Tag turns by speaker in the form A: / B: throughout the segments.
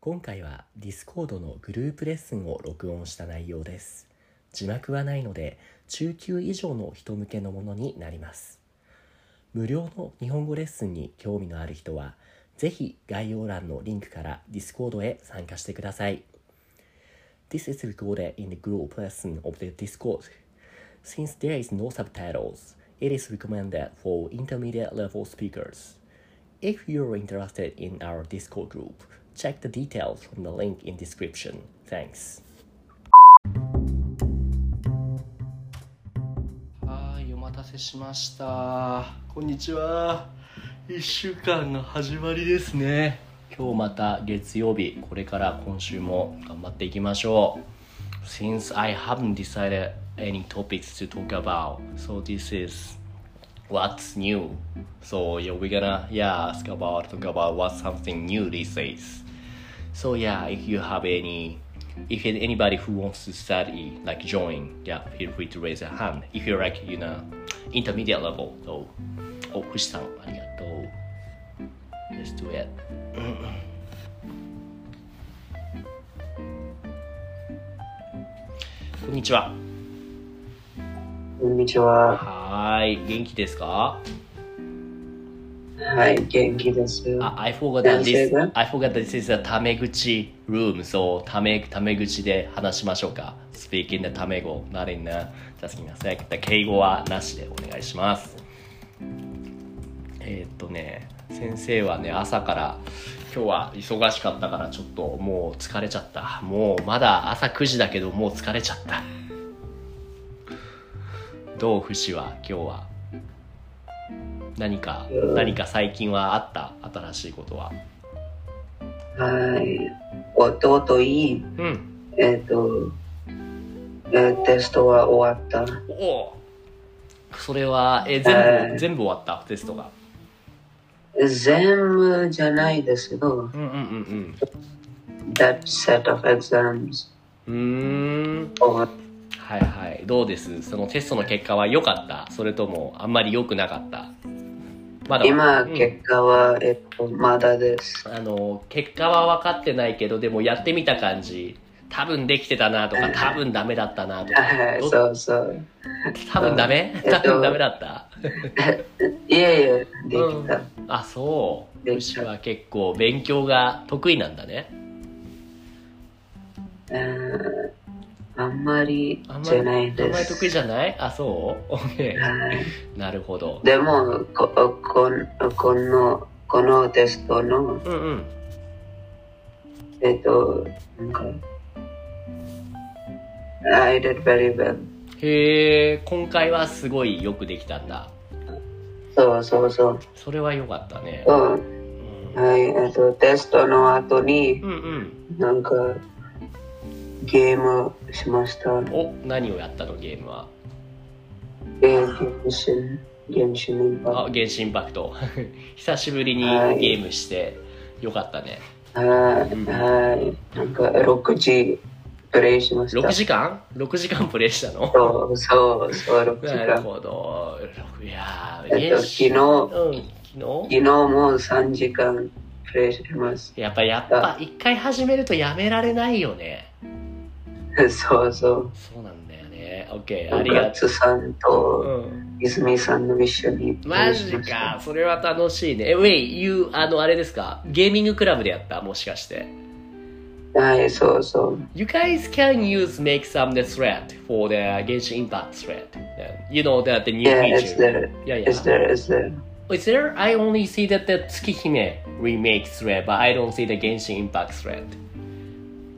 A: 今回は Discord のグループレッスンを録音した内容です字幕はないので中級以上の人向けのものになります無料の日本語レッスンに興味のある人はぜひ概要欄のリンクから Discord へ参加してください This is recorded in the group lesson of the Discord Since there is no subtitles, it is recommended for intermediate level speakers. If you're interested in our Discord group, check the details from the link in description. Thanks. はい、お待たせしました。こんにちは。一週間の始まりですね。今日また月曜日、これから今週も頑張っていきましょう。since I haven't decided any topics to talk about, so this is what's new. So yeah, we're gonna yeah ask about talk about what's something new these days. So yeah, if you have any, if you- anybody who wants to study like join, yeah, feel free to raise a hand. If you're like you know intermediate level, so oh, Christian, arigatou. Let's do it. こんにちは。
B: こんにちは。
A: はーい、元気ですか？
B: はい、元気です。
A: あ、I forgot
B: 男
A: that
B: 性
A: this,
B: が
A: I forgot that this is a タメ口 room, so タメ、タメ口で話しましょうか。Speak in the タメ語、not in the, じゃあすみません。敬語はなしでお願いします。えーっとね、先生はね、朝から、今日は忙しかったからちょっともう疲れちゃった。もうまだ朝9時だけどもう疲れちゃった。どう、フシは今日は。何か、
B: うん
A: 何か最近はあった新しいことは。
B: はい。おととい、
A: うん。
B: えっ、と、えーテストは終わった。
A: おおそれは、え、全部、
B: えー
A: 全部終わった、テストが。
B: 全部じゃないですけど、
A: うんうんうん
B: that set of exams
A: うん。うーん。
B: 終わっ
A: はいはい。どうですそのテストの結果は良かったそれとも、あんまり良くなかったま
B: た。今、
A: うん
B: 結果は、えっ、と、まだです。
A: あの、結果は分かってないけど、でもやってみた感じ。多分できてたなとか、多分ダメだったなとか。
B: はい、
A: ど
B: そうそう。
A: 多分ダメ
B: えっ
A: 多
B: と
A: 分ダメだった。
B: いやいや、できた。
A: あ、そう。
B: で
A: うちは結構勉強が得意なんだね。
B: えーあんまり
A: あんま
B: じ
A: り、
B: ゃ
A: あんま
B: ない
A: り
B: です。
A: 得意じゃないあ、そうオッケ
B: はい
A: ーなるほど。
B: でもここんこのこのテストの
A: うんうん。
B: えっとなんか I did very well
A: へえ、今回はすごいよくできたんだ。
B: そうそうそう
A: それは良かったね。
B: そ
A: う
B: う
A: ん
B: はいえっとテストの後に
A: うんうん。
B: なんかゲームしました
A: お、何をやったのゲームは。
B: えー原神原神イン
A: あ
B: パ、
A: 原神インパクト。 久しぶりに
B: はい
A: ゲームして、よかったね。
B: はいはいなんか6時プレイしました
A: 6時間 ?6 時間プレイしたの
B: そうそうそう6時
A: なる
B: 間
A: ほど。いやー、
B: えっと昨日
A: うん、昨日
B: 昨日も3時間プレイしてます。
A: やっぱ、やっぱ、一回始めるとやめられないよね。
B: そうそう。
A: そうなんだよね。OK、あり
B: 部
A: がと
B: 活さん
A: う。
B: と
A: うん
B: 泉さんの一緒にプレ
A: マ
B: イし
A: ジ
B: ました
A: か、それは楽しいね。え、ウェイ、you、あの、あれですか、ゲーミングクラブでやった、もしかして。
B: はい、そうそう。
A: You guys can use make some the thread for the Genshin Impact thread. You know that the new
B: Yeah, it's
A: feature.
B: there.
A: Yeah, yeah.
B: It's there, it's there.
A: Is there? I only see that the Tsukihime remake thread, but I don't see the Genshin Impact thread.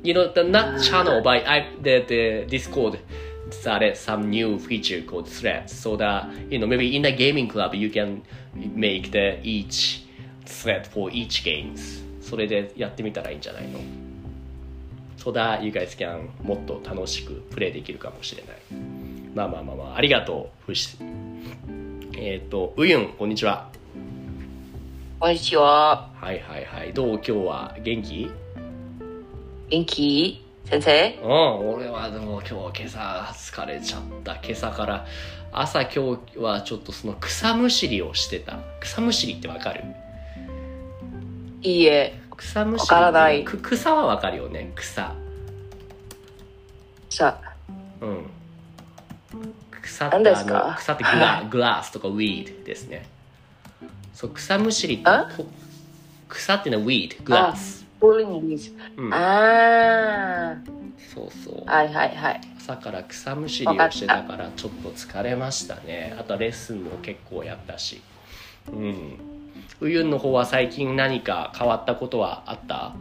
A: You know, the not channel, but I the, the Discord started some new feature called threads, so that you know maybe in the gaming club you can make the each thread for each games. それでやってみたらいいんじゃないの ?So that you guys can もっと楽しくプレイできるかもしれない。まあまあまあまあ、ありがとう、フシ。えっ、と、ウユン、こんにちは。
C: こんにちは。
A: はいはいはいどう今日は元気
C: 元気先生
A: うん俺はでも今日今朝疲れちゃった今朝から朝今日はちょっとその草むしりをしてた草むしりってわかる
C: いいえ、
A: 草むしり
B: わからない
A: く草はわかるよね草
B: さ
A: うん草って
B: 何ですか
A: あの草ってグラグラスとかウィードですねそう草むしりって
B: あ
A: こ草っていうのはウィードグラス
B: プリンス
A: うん
B: あ
A: そうそう
B: あはいはいはい
A: 朝から草むしりをしてたからちょっと疲れましたねあとはレッスンも結構やったしうんウユンの方は最近何か変わったことはあった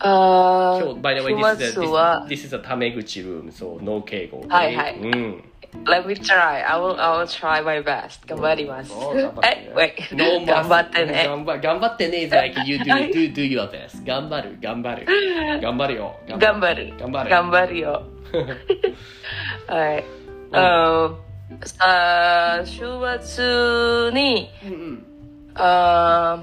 B: あ
A: 今日、by the way,
B: します
A: this is a,
B: は
A: this, this is a タメ口 room, so no 敬語。
B: はいはい
A: うん。
B: Let me try. I will, I will try my best. 頑張ります
A: おー頑張。ってね
B: え、wait.
A: Oh, No must.
B: 頑張ってね。
A: 頑張頑張って ね is like you do, do, do your best. 頑張る、頑張る。頑張るよ。
B: 頑張る。
A: 頑張る。
B: 頑張るよ。はい。あーさあ、週末に、
A: うんうん。
B: あ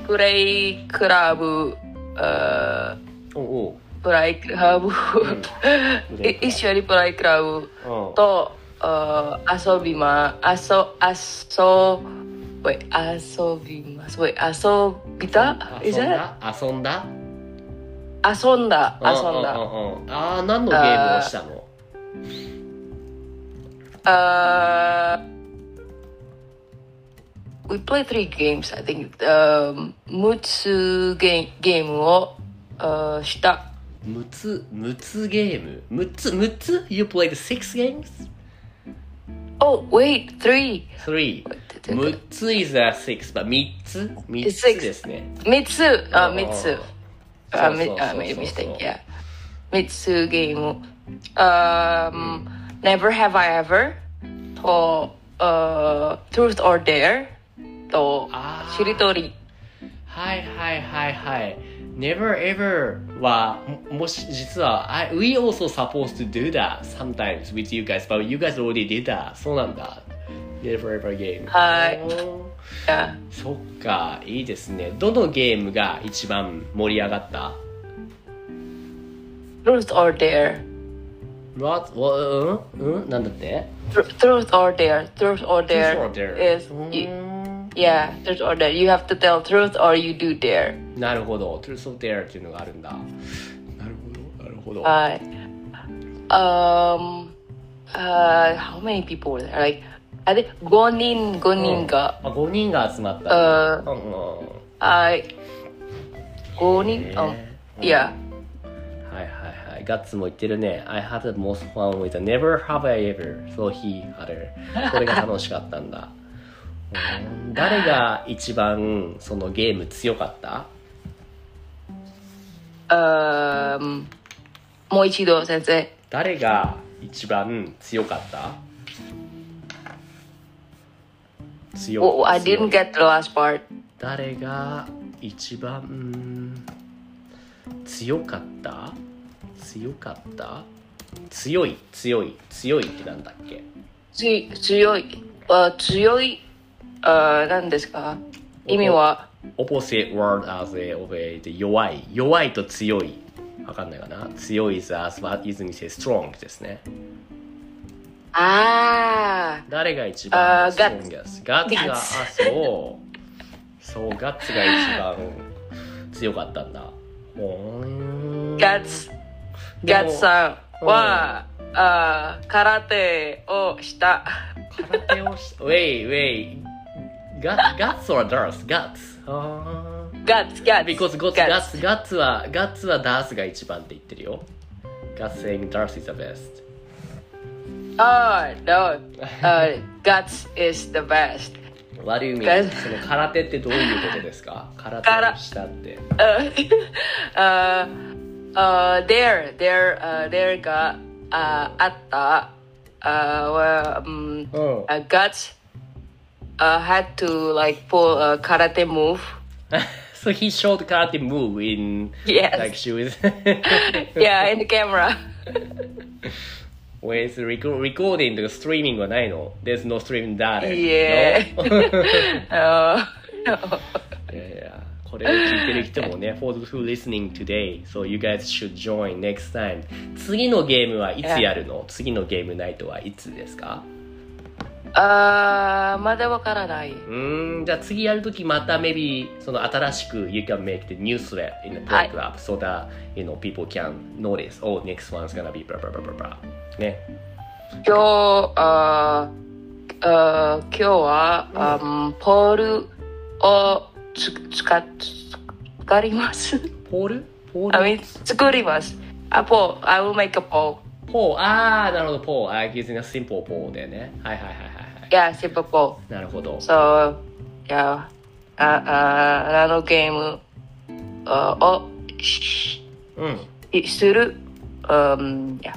B: ープレイクラブ、あ
A: おう
B: ープレイクラブ、
A: ん
B: い一緒にプレイクラブ
A: おう。
B: と、あー遊びま、遊、遊、wait, 遊びます。wait, 遊びた
A: 遊
B: Is
A: ん
B: that?
A: だ遊んだ
B: 遊ん
A: Oh,
B: だ、遊ん
A: う
B: だ。
A: ううんうんあー、何のゲームをしたの
B: Uh, we play three games, I think. Um, 6つゲゲームを、uh, した。
A: 六つ、六つゲーム六つ、六つ ?You played six games?three.
B: Oh, wait, three!
A: 6つ is a six, but 3つ ?3 つですね。
B: 3つあ、3
A: そう
B: つ
A: そう。
B: あ、
A: そうそう
B: み
A: そう
B: あ、
A: そう
B: Ah, made a mistake, yeah. 3つゲーム。Um, Never Have I Ever と、uh, Truth or Dare と
A: あ、ー
B: しりとり。
A: はいはいはいはい。Never ever はももし実は I, We also supposed to do that sometimes with you guys but you guys already did that そうなんだ Never ever game
B: はい
A: おー
B: Yeah.
A: そっかいいですねどのゲームが一番盛り上がった
B: Truth or Dare.
A: What? わうんうんなんだって
B: Truth or dare. Truth or dare.
A: Truth or dare.
B: Is
A: うーん
B: yeah. Truth or dare. You have to tell truth or you do dare.
A: なるほど Truth or Dare っていうのがあるんだなるほどなるほど
B: Hi. Um. Uh. How many people were there? Like, I think gonin
A: うん
B: gonin
A: あ
B: ga.
A: 5人が集まった
B: あ
A: うんうん
B: I. Gonin.
A: ね
B: Um. Yeah.
A: はいはいはい。ガッツも言ってるね。I had the most fun with the never have I ever. So he had it. これが楽しかったんだ。 うん誰が一番そのゲーム強かった
B: Um. もう一度先生。
A: 誰が一番強かった強
B: Oh, I didn't
A: 強い
B: get the last part.
A: 誰が一番強かった強かった強い強い強いってなんだっけ
B: つ強い。あ強い。あ何ですか意味は
A: opposite word as a of a で弱い弱いと強いわかんないかな強い is as what 泉先生 strong ですね
B: ああ。
A: 誰が一
B: あ
A: 番
B: ーガッ
A: strong ですガッツが
B: ガ
A: あ
B: ッツ
A: そうそうガッツが一番強かったんだほーん
B: ガッツ、
A: でも
B: ガッツさんは、あー空手をした。
A: 空手をしウェイウェイガガッツ or dance ガッツあー
B: ガッツ、ガッツ。
A: because ゴツガッツガッツはガッツはダースが一番って言ってるよガッツ saying dance is the best
B: あー、no. Oh, あ ーガッツ is the best.
A: 悪い意味
B: ガ
A: でその空手ってどういうことですか空手をしたって
B: あ ーあー、あー Uh, there, there, あー there uh, があーあった。あーは、うん
A: う、ん
B: あ mm, guts uh, had to like pull a karate move.
A: So he showed karate move in
B: Yes.
A: like she was
B: yeah, in the camera.
A: with reco- recording the streaming はないの There's no streaming data
B: Yeah.
A: No?
B: あー
A: いやいやこれを聞いてる人もね For those who listening today So you guys should join next time 次のゲームはいつやるの次のゲームナイトはいつですか
B: あーまだわからないう
A: ーんじゃあ次やるときまた maybe その新しく You can make the new thread in the
B: はい
A: program、so that you know people can notice oh next one's gonna be blah blah blah blah blah ね
B: 今日あーあー今日は、あーポールをつ使っ使います
A: ポールポ
B: あ
A: ール
B: み作りますあポー I will make a poll
A: ポールああなるほどポールあー using a simple ポールだよねはいはいはいはいはい
B: yeah simple poll
A: なるほど
B: So, yeah. あ、あ、あのゲームあをし
A: うん
B: する、um, yeah.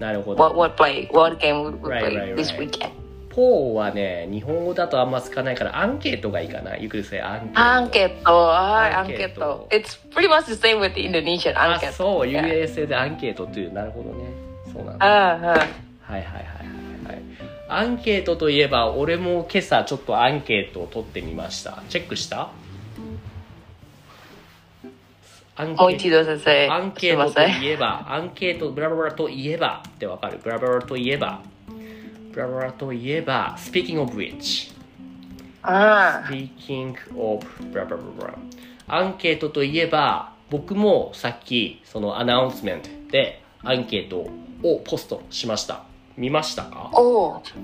A: なるほど
B: what, what play, what game we play
A: Right, right,
B: this
A: right.
B: weekend?
A: ポールはね日本語だとあんま使わないからアンケートがいいかなゆっくりせアンケート
B: アンケート、はい、
A: ア
B: ア
A: ン
B: ン
A: ケ
B: ケ
A: ー
B: ー
A: ト
B: ト。It's pretty much the same with Indonesian アンケ
A: あ
B: ート。
A: そう
B: Yeah.
A: USA でアンケートというなるほどねそうなんだ
B: ああ、はい。
A: はいはいはいはいはいアンケートといえば俺も今朝ちょっとアンケートを取ってみましたチェックしたアンケ
B: もう一度先生
A: アン、
B: すい
A: ケー
B: ま
A: トと
B: せん。
A: いえばアンケートブラブラといえばってわかるブラブラといえばブラブラといえば speaking of which
B: あ
A: Speaking of blah blah blah blah アンケートといえば僕もさっきそのアナウンスメントでアンケートをポストしました見ましたか
B: あ、おー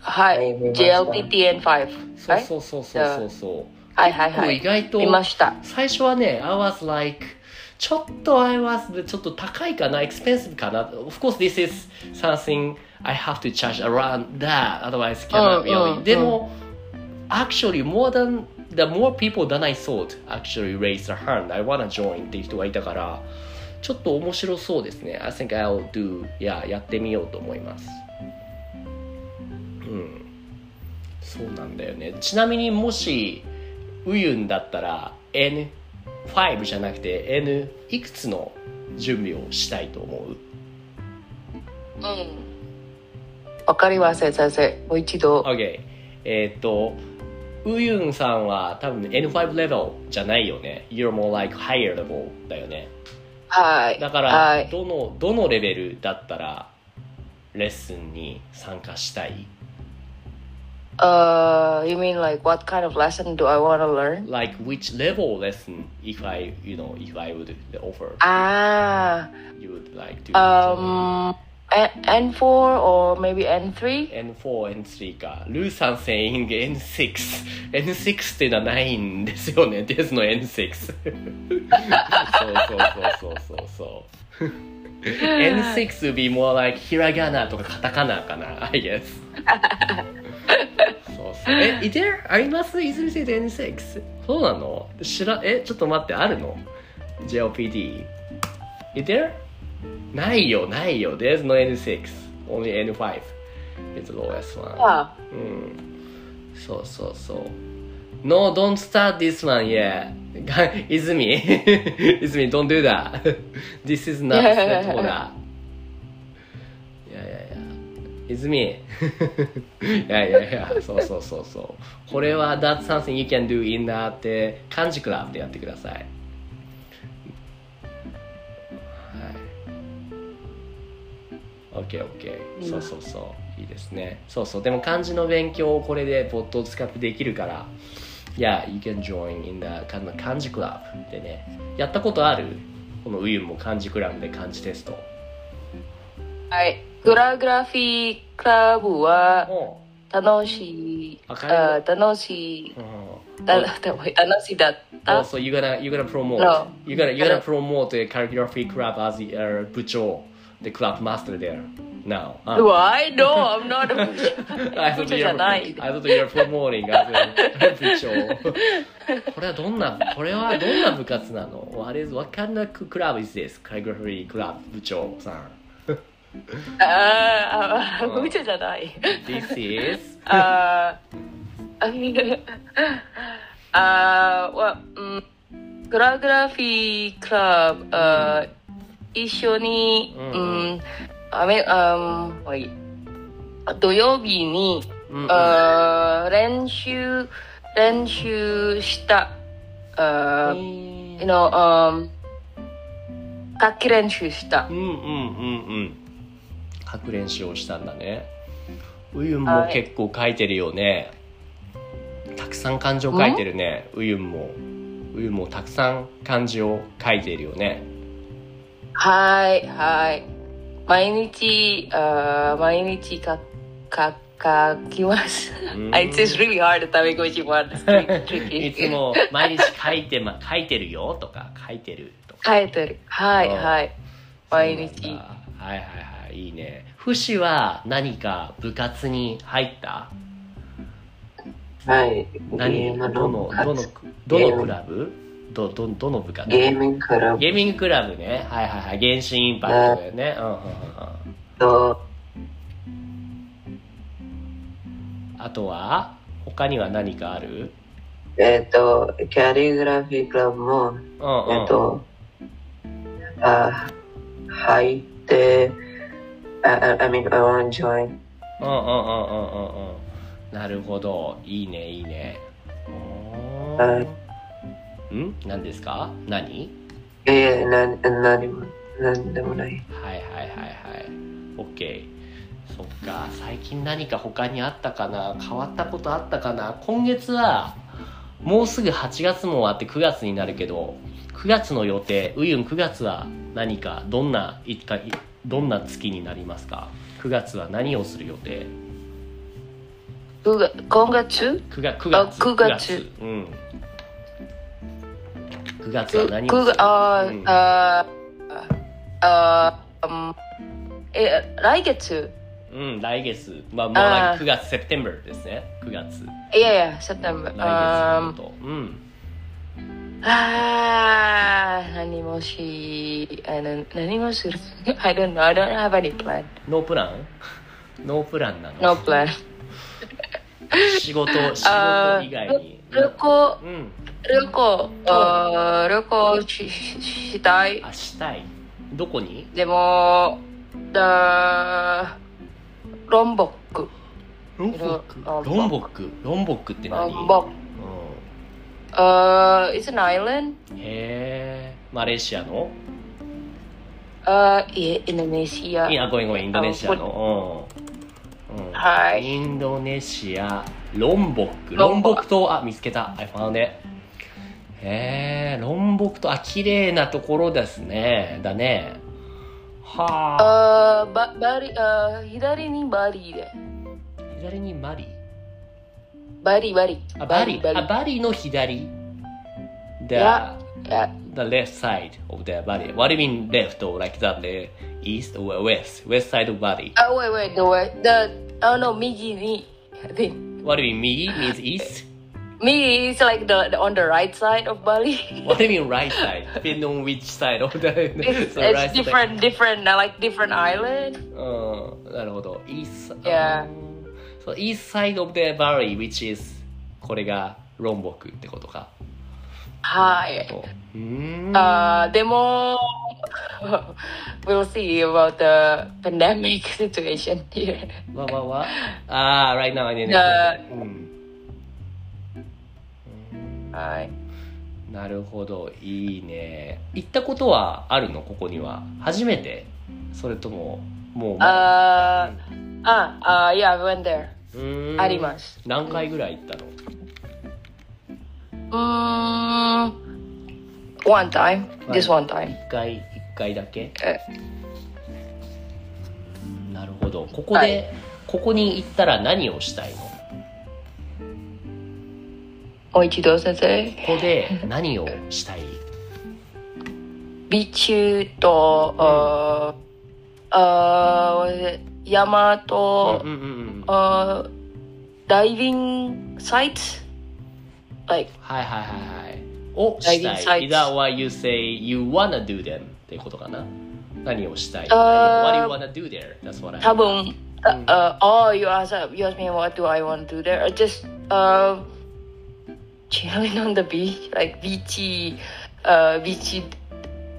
B: は
D: はい
B: い、
D: 見ました
B: JLPTN5。
A: そ
B: は
A: う
B: い
A: そうそうそうそうそう
B: はいはい
A: 結
B: は
A: 構
B: い。
A: 意外と
B: 見ました。
A: 最初はね I was like ちょっと I was ちょっと高いかな expensive かな Of course this is something I have to charge around that otherwise cannot
B: うん
A: really、
B: うん
A: でも、actually more than the more people than I thought actually raised their hand I wanna join っていう人がいたからちょっと面白そうですね I think I'll do いややってみようと思いますうんそうなんだよねちなみにもしウユンだったら N5 じゃなくて N いくつの準備をしたいと思う
B: うん。わかりません、先生。もう一度。
A: ?OK えーっとウユンさんは多分 N5 レベルじゃないよね You're more like higher level だよね
B: はい。
A: だから、
B: はい。
A: どのどのレベルだったらレッスンに参加したい
B: Uh, you mean like what kind of lesson do I want to learn?
A: Like which level lesson if I you know if I would offer
B: Ah,
A: you would like to
B: um, N four or maybe N three.
A: N4、N3 か。ルーさん saying N6。N6 っていうのはないんですよね。ですの N6。そうそうそうそうそうそう。N6 would be more like ひらがなとかカタカナかな。I guess. そうそう。え、いてありますいずみ先生 N6。そうなの知ら、え、ちょっと待って、あるの ?JLPD。いてないよ、ないよ。There's no N6. Only N5. It's the lowest one.
B: Yeah.
A: うんそうそうそう。No, don't start this one yet. 泉、 泉、don't do that. This is not set for that. いやいやいや。泉。 いやいやいや、そうそうそうそう。これは That's something you can do in that って、漢字クラブでやってください。はい。OK、OK。そうそうそう。いいですね。そうそう。でも漢字の勉強をこれでボットを使ってできるから。Yeah, you can join in the 漢漢字クラブでね。やったことあるこのウユンも漢字クラブで漢字テスト。
B: はい。グラグラフィークラブは
A: も
B: 楽しい。
A: わかる、。
B: あ楽しいう
A: うん
B: だ だだ楽しいだっ
A: Oh,
B: た。
A: so you're gonna you're gonna promote
B: No.
A: you're gonna you're gonna
B: No.
A: promote the calligraphy club as the uh, Bucho, the club master there now. huh?
B: Do I? No, I'm not a butcher.
A: I thought
B: butcher
A: you
B: じゃ
A: were-
B: ない。
A: I thought you were promoting as a Bucho. これはどんなこれはどんな部活なの What is what kind of club is this calligraphy club 部長さん
B: ああ、
A: うん
B: ブッチャじゃない。
A: This is
B: あーあー、わ、うん、グラグラフィークラブ、あー一緒に、
A: う
B: うんん、あめ、あーはい。土曜日に、
A: うん
B: あー練習、練習した、あー、you know, うん楽器練習した
A: う。んうんうんうん。書く練習をしたんだね。ウユンも結構書いてるよね。たくさん漢字を書いてるね。ウユンも。ウユンもたくさん漢字を書いてるよね。
B: はい、はい。毎日、あー毎日か、か、かきます。
A: うん
B: It's just really hard. タメ口もある。tricky.
A: いつも毎日書いてま書いてるよとか書いてるとか。
B: 書いてる。はい、
A: うん
B: はい。毎日
A: そうなんだはいはいはいいいね。フシは何か部活に入った？
D: はい。
A: 何
D: ゲーム
A: どの
D: の
A: どのどのクラブ？どどどの部活？
D: ゲームから
A: ゲーミングクラブね。はいはいはい。原神インパクトだよね。うんうんうんうん。
D: と、
A: あとは他には何かある？
D: えっ、と、キャリグラフィークラブも、
A: うんうん。
D: えっ、と、あ入って、I, uh, I mean, I want to join.
A: うんうんうんうんうんうん。なるほど。いいねいいね。おー
D: は
A: ん？何ですか？何？
D: いやいや、な何も、何でもない。
A: はいはいはいはい。OK。そっか。最近何か他にあったかな変わったことあったかな今月は、もうすぐ8月も終わって9月になるけど、9月の予定、うゆん9月は何か、どんな、いかいどんな月になりますか ?9 月は何をする予定
B: くが今月
A: ?9 月、9月。
B: あ9月
A: うん。9月は
B: く
A: 何をする
B: くあ
A: う
B: ー
A: ん
B: あーあーうんえ、来月
A: うん、来月。まあ、もう
B: あー
A: 9月、セプテンバーですね。9月。
B: いやいや、セプテンバ
A: 来
B: ー。
A: 月の
B: あ
A: こと。うん。
B: ーあー、何もし、あの何もする。I don't know, I don't have any plan.
A: ノープランノープランなの
B: No plan.
A: 仕事、仕
B: あ
A: 事以
B: ー
A: 外に。
B: 旅行、
A: うん。
B: 旅行、
A: Oh.
B: あー旅行ししたい。
A: あ、したい。どこに
B: でも、だロンボック。
A: ロン
B: ボック
A: ロンボック。ロンボックって
B: ロ
A: 何
B: ンボック。Uh, it's an island.
A: うん、へえ。マレーシアの
B: Uh, yeah, Indonesia.
A: いや、ごめんごめん、インドネシアの。うん。うん
B: はい
A: インドネシア、ロンボック。ロ
B: ロ
A: ン
B: ン
A: ボッ
B: ボ
A: ク島、あ、見つけた。I found it. へえ、ロンボック島、あ、綺麗なところですね。だね。はあ。
B: Uh, ba bari, uh, hidari ni bari deh.
A: 左にマリ
B: Bari, bari.
A: あバリ
B: Bari.
A: あバリの左 The,
B: Yeah. Yeah.
A: the left side of the body What do you mean left or like that the east or west west side of body
B: Oh wait, wait, no wait. The oh no, migi ni. I think
A: What do you mean 右 means east
B: migi is like the, the on the right side of Bali.
A: What do you mean right side depending on which side of the
B: It's,
A: so
B: it's
A: right side.
B: different, different, uh, like different island.
A: うんなるほど east
B: Yeah.
A: so east side of the body which is これがロンボクってことか
B: Hi.
A: うーん
B: Uh, demo. we'll see about the pandemic situation here.
A: わわわああ right now I need
B: あ
A: to うん
B: Hi.
A: なるほどいいね行ったことはあるのここには初めてそれとももう、
B: Uh, ah, uh, yeah, I went there.
A: うーん
B: あります。
A: 何回ぐらい行ったの
B: Mm, one time, just one time. Uh,
A: 1回一回だけ
B: え
A: なるほどここで、
B: はい
A: ここに行ったら何をしたいの
B: もう一度先生、
A: ここで何をしたい
B: ビーチと、あーあー山と
A: う、んうんうんはい
B: あーダイビングサイト like
A: はいはいはいをしたい
B: Diving sites
A: Is that why you say you wanna do them? ってことかな何をしたい
B: あー
A: What do you wanna do there? That's what I
B: 多分、
A: うん
B: ああ uh, oh, you ask, you ask me what do I want to do there? Just uh, chilling on the beach, like beachy, uh, beachy,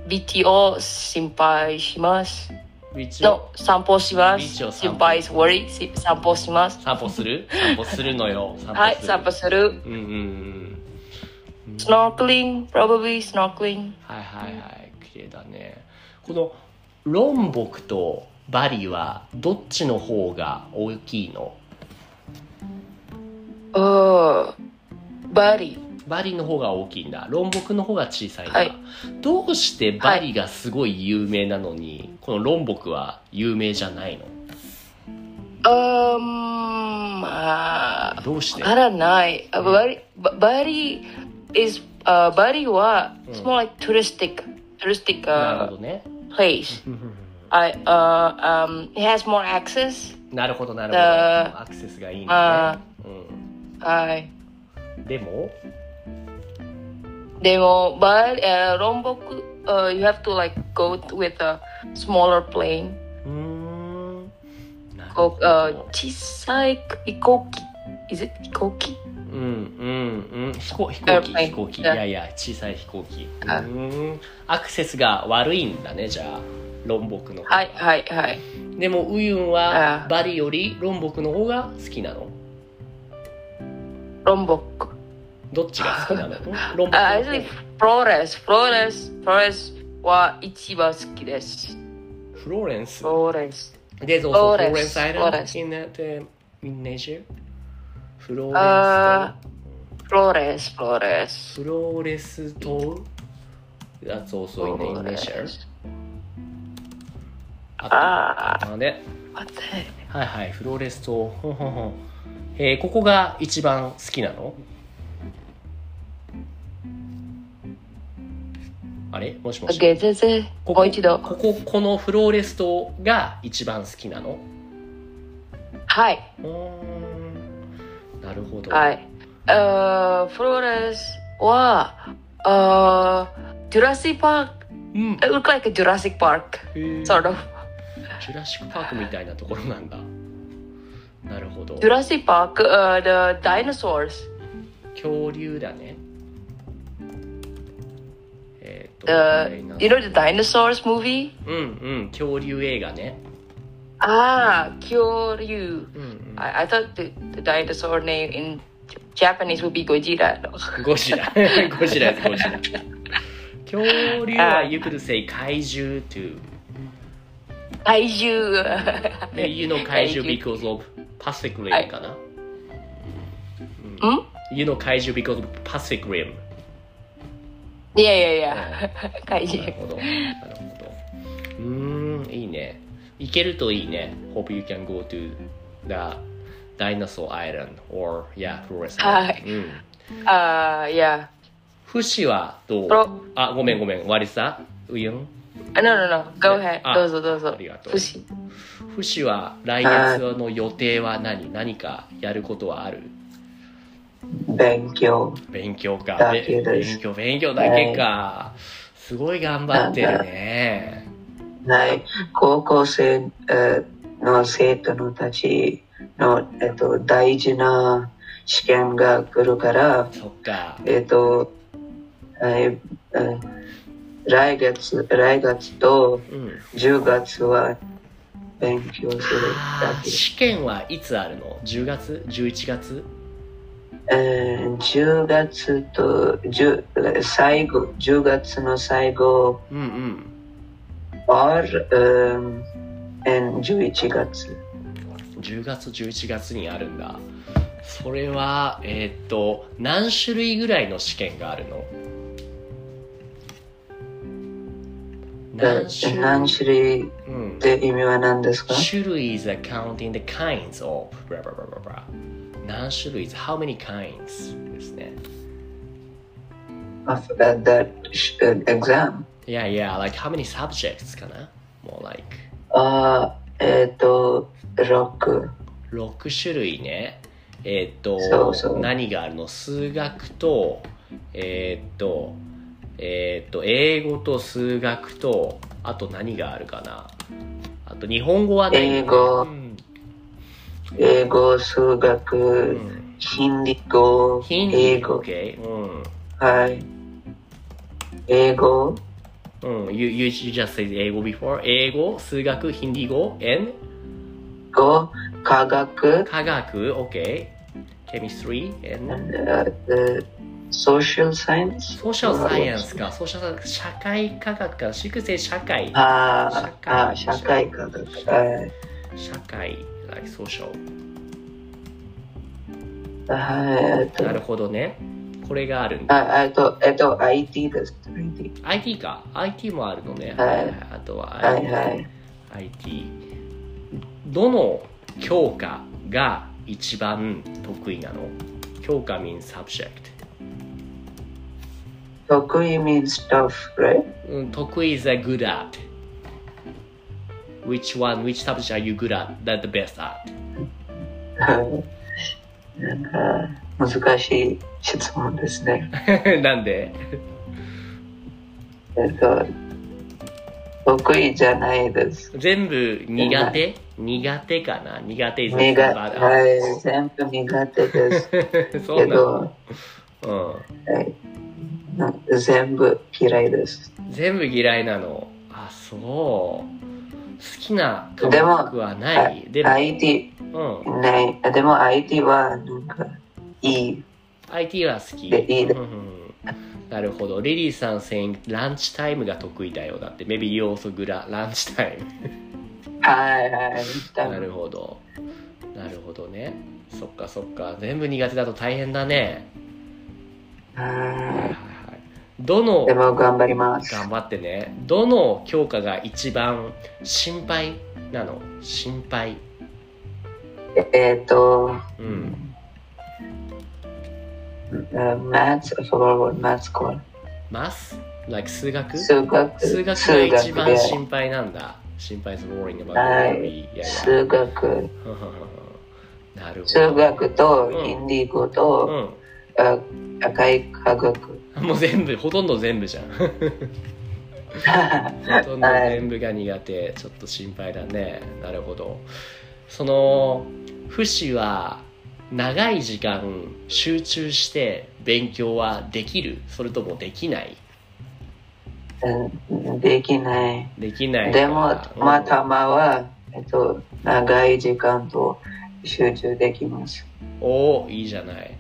B: beachy を心配します。
A: Which-
B: の散歩しま
A: ビー
B: す
A: チを。散歩
B: 心配 worry し散歩します。
A: 散歩する散歩するのよ。散歩する
B: はい、散歩する。
A: うんうんうん。
B: snorkeling, probably snorkeling.
A: はいはいはい。綺麗だね。このロンボクとバリはどっちの方が大きいの
B: Oh, Bari.
A: バリの方が大きいんだロンボクの方が小さいんだ、
B: はい
A: どうしてバリがすごい有名なのに、このロンボクは有名じゃないの
B: Um, uh,
A: どうして
B: わからない。あバリ、ババリ is、uh, バリは、
A: うん
B: it's more like touristic, touristic
A: なる
B: uh,
A: ほどね
B: place. I, uh, um, it has more access. Uh,
A: なるほどなるほど
B: あ
A: アクセスがいいんだ
B: あ
A: ね、
B: はい。
A: うん、でも
B: でも、バリ、uh, ロンボク、uh, you have to like go with a smaller plane.
A: うーんなるほ
B: こ
A: ど
B: う、uh, 小さい飛行機。is it 飛行機
A: うんうんうん飛行飛行機
B: Airplane
A: 飛行機い
B: うん
A: やいや小さい飛行機う
B: あ
A: ーんアクセスが悪いんだねじゃあロンボクの方
B: はいはいはい。
A: でもウユンは
B: あ
A: バリよりロンボクの方が好きなの
B: ロンボク。
A: どっちが好きなのロンボクの方
B: Uh, actually, Flores, Flores, Flores は一番好きです。
A: フローレンス
B: Flores.
A: There's also
B: Flores.
A: Florence Island
B: Flores.
A: in that uh, in Niger フローレンス島、
B: あ Uh, Flores, Flores.
A: フローレス島 That's also in Indonesia
B: Flores. Ah,
A: あ
B: あ
A: とね
B: あ、待って。
A: はいはいフローレス島 ほんほんほんえーここが一番好きなのあれもしもし
B: ゲゼゼ。
A: ここ
B: もう一度。
A: こここのフローレス島が一番好きなの
B: はい、
A: うーんなるほど、
B: はい。あフロレスは、あジュラシックパ
A: うん
B: ーク、look like a Jurassic Park,
A: へー
B: sort of.
A: ジュラシック・パークみたいなところなんだなるほど
B: Jurassic Park, uh, the dinosaurs,
A: 恐竜だねえっ、と
B: the, you know the dinosaurs movie?
A: うんうん恐竜映画ね
B: ああ、恐竜。
A: うんうん、
B: I, I thought the, the dinosaur name in Japanese would be Gojira.
A: ゴジラゴジラですゴジラ恐竜はゆくるせい怪獣 to
B: 怪獣。
A: 湯の怪獣
B: 怪
A: because of Pacific Rim かな、
B: ん
A: 湯の怪獣 because of Pacific Rim
B: いやいやいや、 怪
A: なる
B: 獣。
A: ほどなるほどうーんいいね行けるといいね Hope you can go to the Dinosaur Island or yeah Forest Island、
B: はい
A: うん、
B: ああ、いや。
A: フシはどう
B: プロ
A: あごめんごめん What is that? ウユン
B: Uh, No, no, no. Go ahead.
A: あ
B: どうぞどうぞ
A: ありが。とう
B: 不思
A: フシは来月の予定は何何かやることはある
D: Benkyo.
A: 勉強か
D: だ
A: べ
D: けです
A: 勉強勉強だけかすごい頑張ってるね
D: はい。高校生えーの生徒のたちの、えっと、大事な試験が来るから、
A: そっか
D: えっと、はい、えー来月、来月と
A: うん
D: 10月は勉強するだ
A: あー
D: け。
A: 試験はいつあるの10月11月
D: えー10月と、10最後、10月の最後、
A: うん
D: or、um, and 11月。
A: うん10月11月にあるんだそれはえーっと何種類ぐらいの試験があるの
D: え
A: 何種
D: ー何種類
A: うん
D: って意味は何ですか
A: 種類 is counting the kinds of blah blah blah blah blah 何種類 is how many kinds ですね
D: of uh, that sh- uh, exam.
A: Yeah yeah like how many subjects かな more like
D: あーえっ、と、6。
A: 6種類ねえーっと
D: そうそう
A: 何があるの数学とえーっとえーっと英語と数学とあと何があるかなあと日本語はない
D: 英語
A: うん
D: 英語、数学、
A: うん
D: ヒンディー語、
A: ヒンディ
D: 英
A: ー語
D: 語。
A: 系うん
D: はい。英語、
A: うん、you, you you just said 英語 before 英語、数学、ヒンディー語、and
D: 語、科学、
A: 科学、OK、chemistry、and
D: uh, social science。
A: ソーシャルサイエンスか、ソーシャル社会科学か、粛清社会、
D: あー
A: 社会
D: あー、社会科学。はい。
A: 社会、like social。
D: はい、えっと
A: な、るほどねこれがあるんだ
D: あえっと、えっと、IT です。IT。
A: IT か IT もあるのね、
D: はい
A: あとは、
D: はいはい。
A: IT どの教科が一番得意なの教科 means subject、
D: 得意 means tough, right?
A: うん、得意 is a good at which one which subject are you good at that the best at
D: なんか、難しい質問ですね。
A: なんで
D: えっと、得意じゃないです。
A: 全部苦手苦手かな苦手 is
D: 苦
A: a good
D: 手、
A: at
D: はい、全部苦手 です。
A: そう
D: け
A: なの、
D: ど、
A: うん
D: はい、な全部嫌いです。
A: 全部嫌いなのあそう好きな科
D: でも
A: 目はないでも
D: IT、
A: うん、
D: ない。でも IT は、なんか、いい。
A: IT は好き
D: でいいね
A: うんうんなるほどリリーさん saying ランチタイムが得意だよだって maybe you also good at lunch time
D: はいはい。
A: なるほどなるほどねそっかそっか全部苦手だと大変だねはいはい
D: は
A: はいどの
D: いでも頑張ります。
A: 頑張ってねどの教科が一番心配なの心配
D: えっと、
A: うん
D: マツ、forward マツコ。
A: マス like 数学
D: 数学。
A: 数学が一番心配なんだ心配する worrying about
D: はい
A: worry いやいや
D: 数学。
A: なるほど。
D: 数学と
A: うん
D: ヒンディー語と、
A: う
D: あ赤い科学。
A: ん。もう全部、ほとんど全部 じゃん。ほとんど全部が苦手。ちょっと心配だね。なるほど。その、不死は、長い時間集中して勉強はできるそれともできない
D: うんできない。
A: できないか
D: でも、
A: うん
D: またまは、えっと、長い時間と集中できます。
A: おおいいじゃない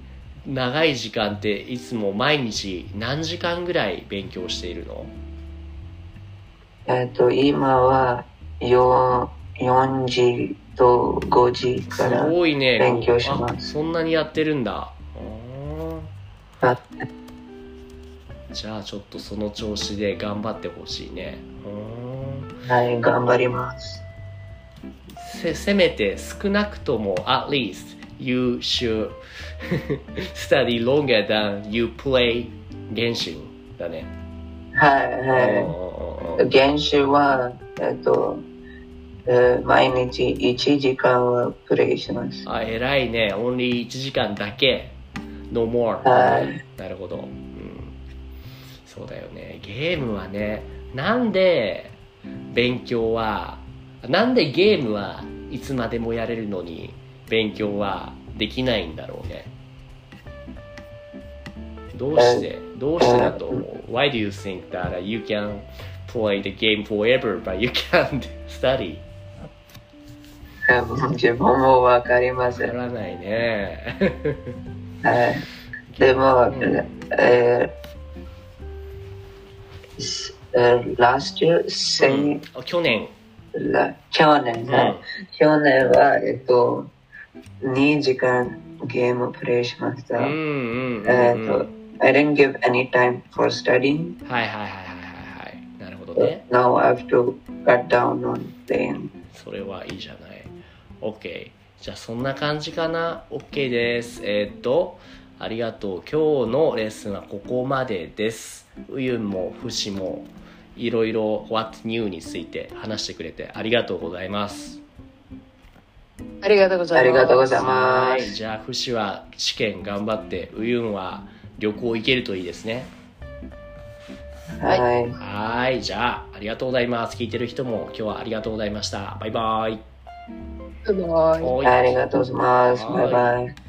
A: 長い時間っていつも毎日何時間ぐらい勉強しているの
D: えっと、今は4、4時と5時か
A: す
D: ら。
A: ごいね
D: 勉強します
A: あそんなにやってるんだあー
D: は
A: じゃあちょっとその調子で頑張ってほしいね
D: はい、頑張ります。
A: あーせせめて少なくとも at least you should study longer than you play 原神だね、
D: はい、
A: うん
D: は
A: うんうんう
D: い。
A: ん
D: 原始は、えっと、えー毎日1時間はプレイします。
A: あ偉いね only 1時間だけ no more
D: はい
A: なるほど、うん、そうだよねゲームはねなんで勉強はなんでゲームはいつまでもやれるのに勉強はできないんだろうねどうしてどうしてだと思う Why do you think that you can play the game forever but you can't study?
D: えー自分もわかりませ
A: わか
D: ん。
A: らないね
D: はい。でも、
A: ん
D: えーすえー last year, 先、
A: あ去年
D: ら去年、
A: हम्म।
D: はい去年は、えっと、2時間ゲームプレイしました。
A: うんうんうんうん
D: えっと、I तो didn't give any time for studying.
A: はいはいはいはいはいはいなるほどね
D: Now I have to cut down on playing.
A: それはいいじゃない OK じゃあそんな感じかな OK ですえーっとありがとう今日のレッスンはここまでですうゆんもふしもいろいろ What New について話してくれてありがとうございます
B: ありがとうございます。
D: ありがとうございま
A: はい
D: す。
A: じゃあふしは試験頑張ってうゆんは旅行行けるといいですね
B: はい
D: はい。
A: はいじゃあありがとうございます聞いてる人も今日はありがとうございましたバイバイ
B: す。バイバイ。
A: はい
D: तो ありがとうございます。バイバイ。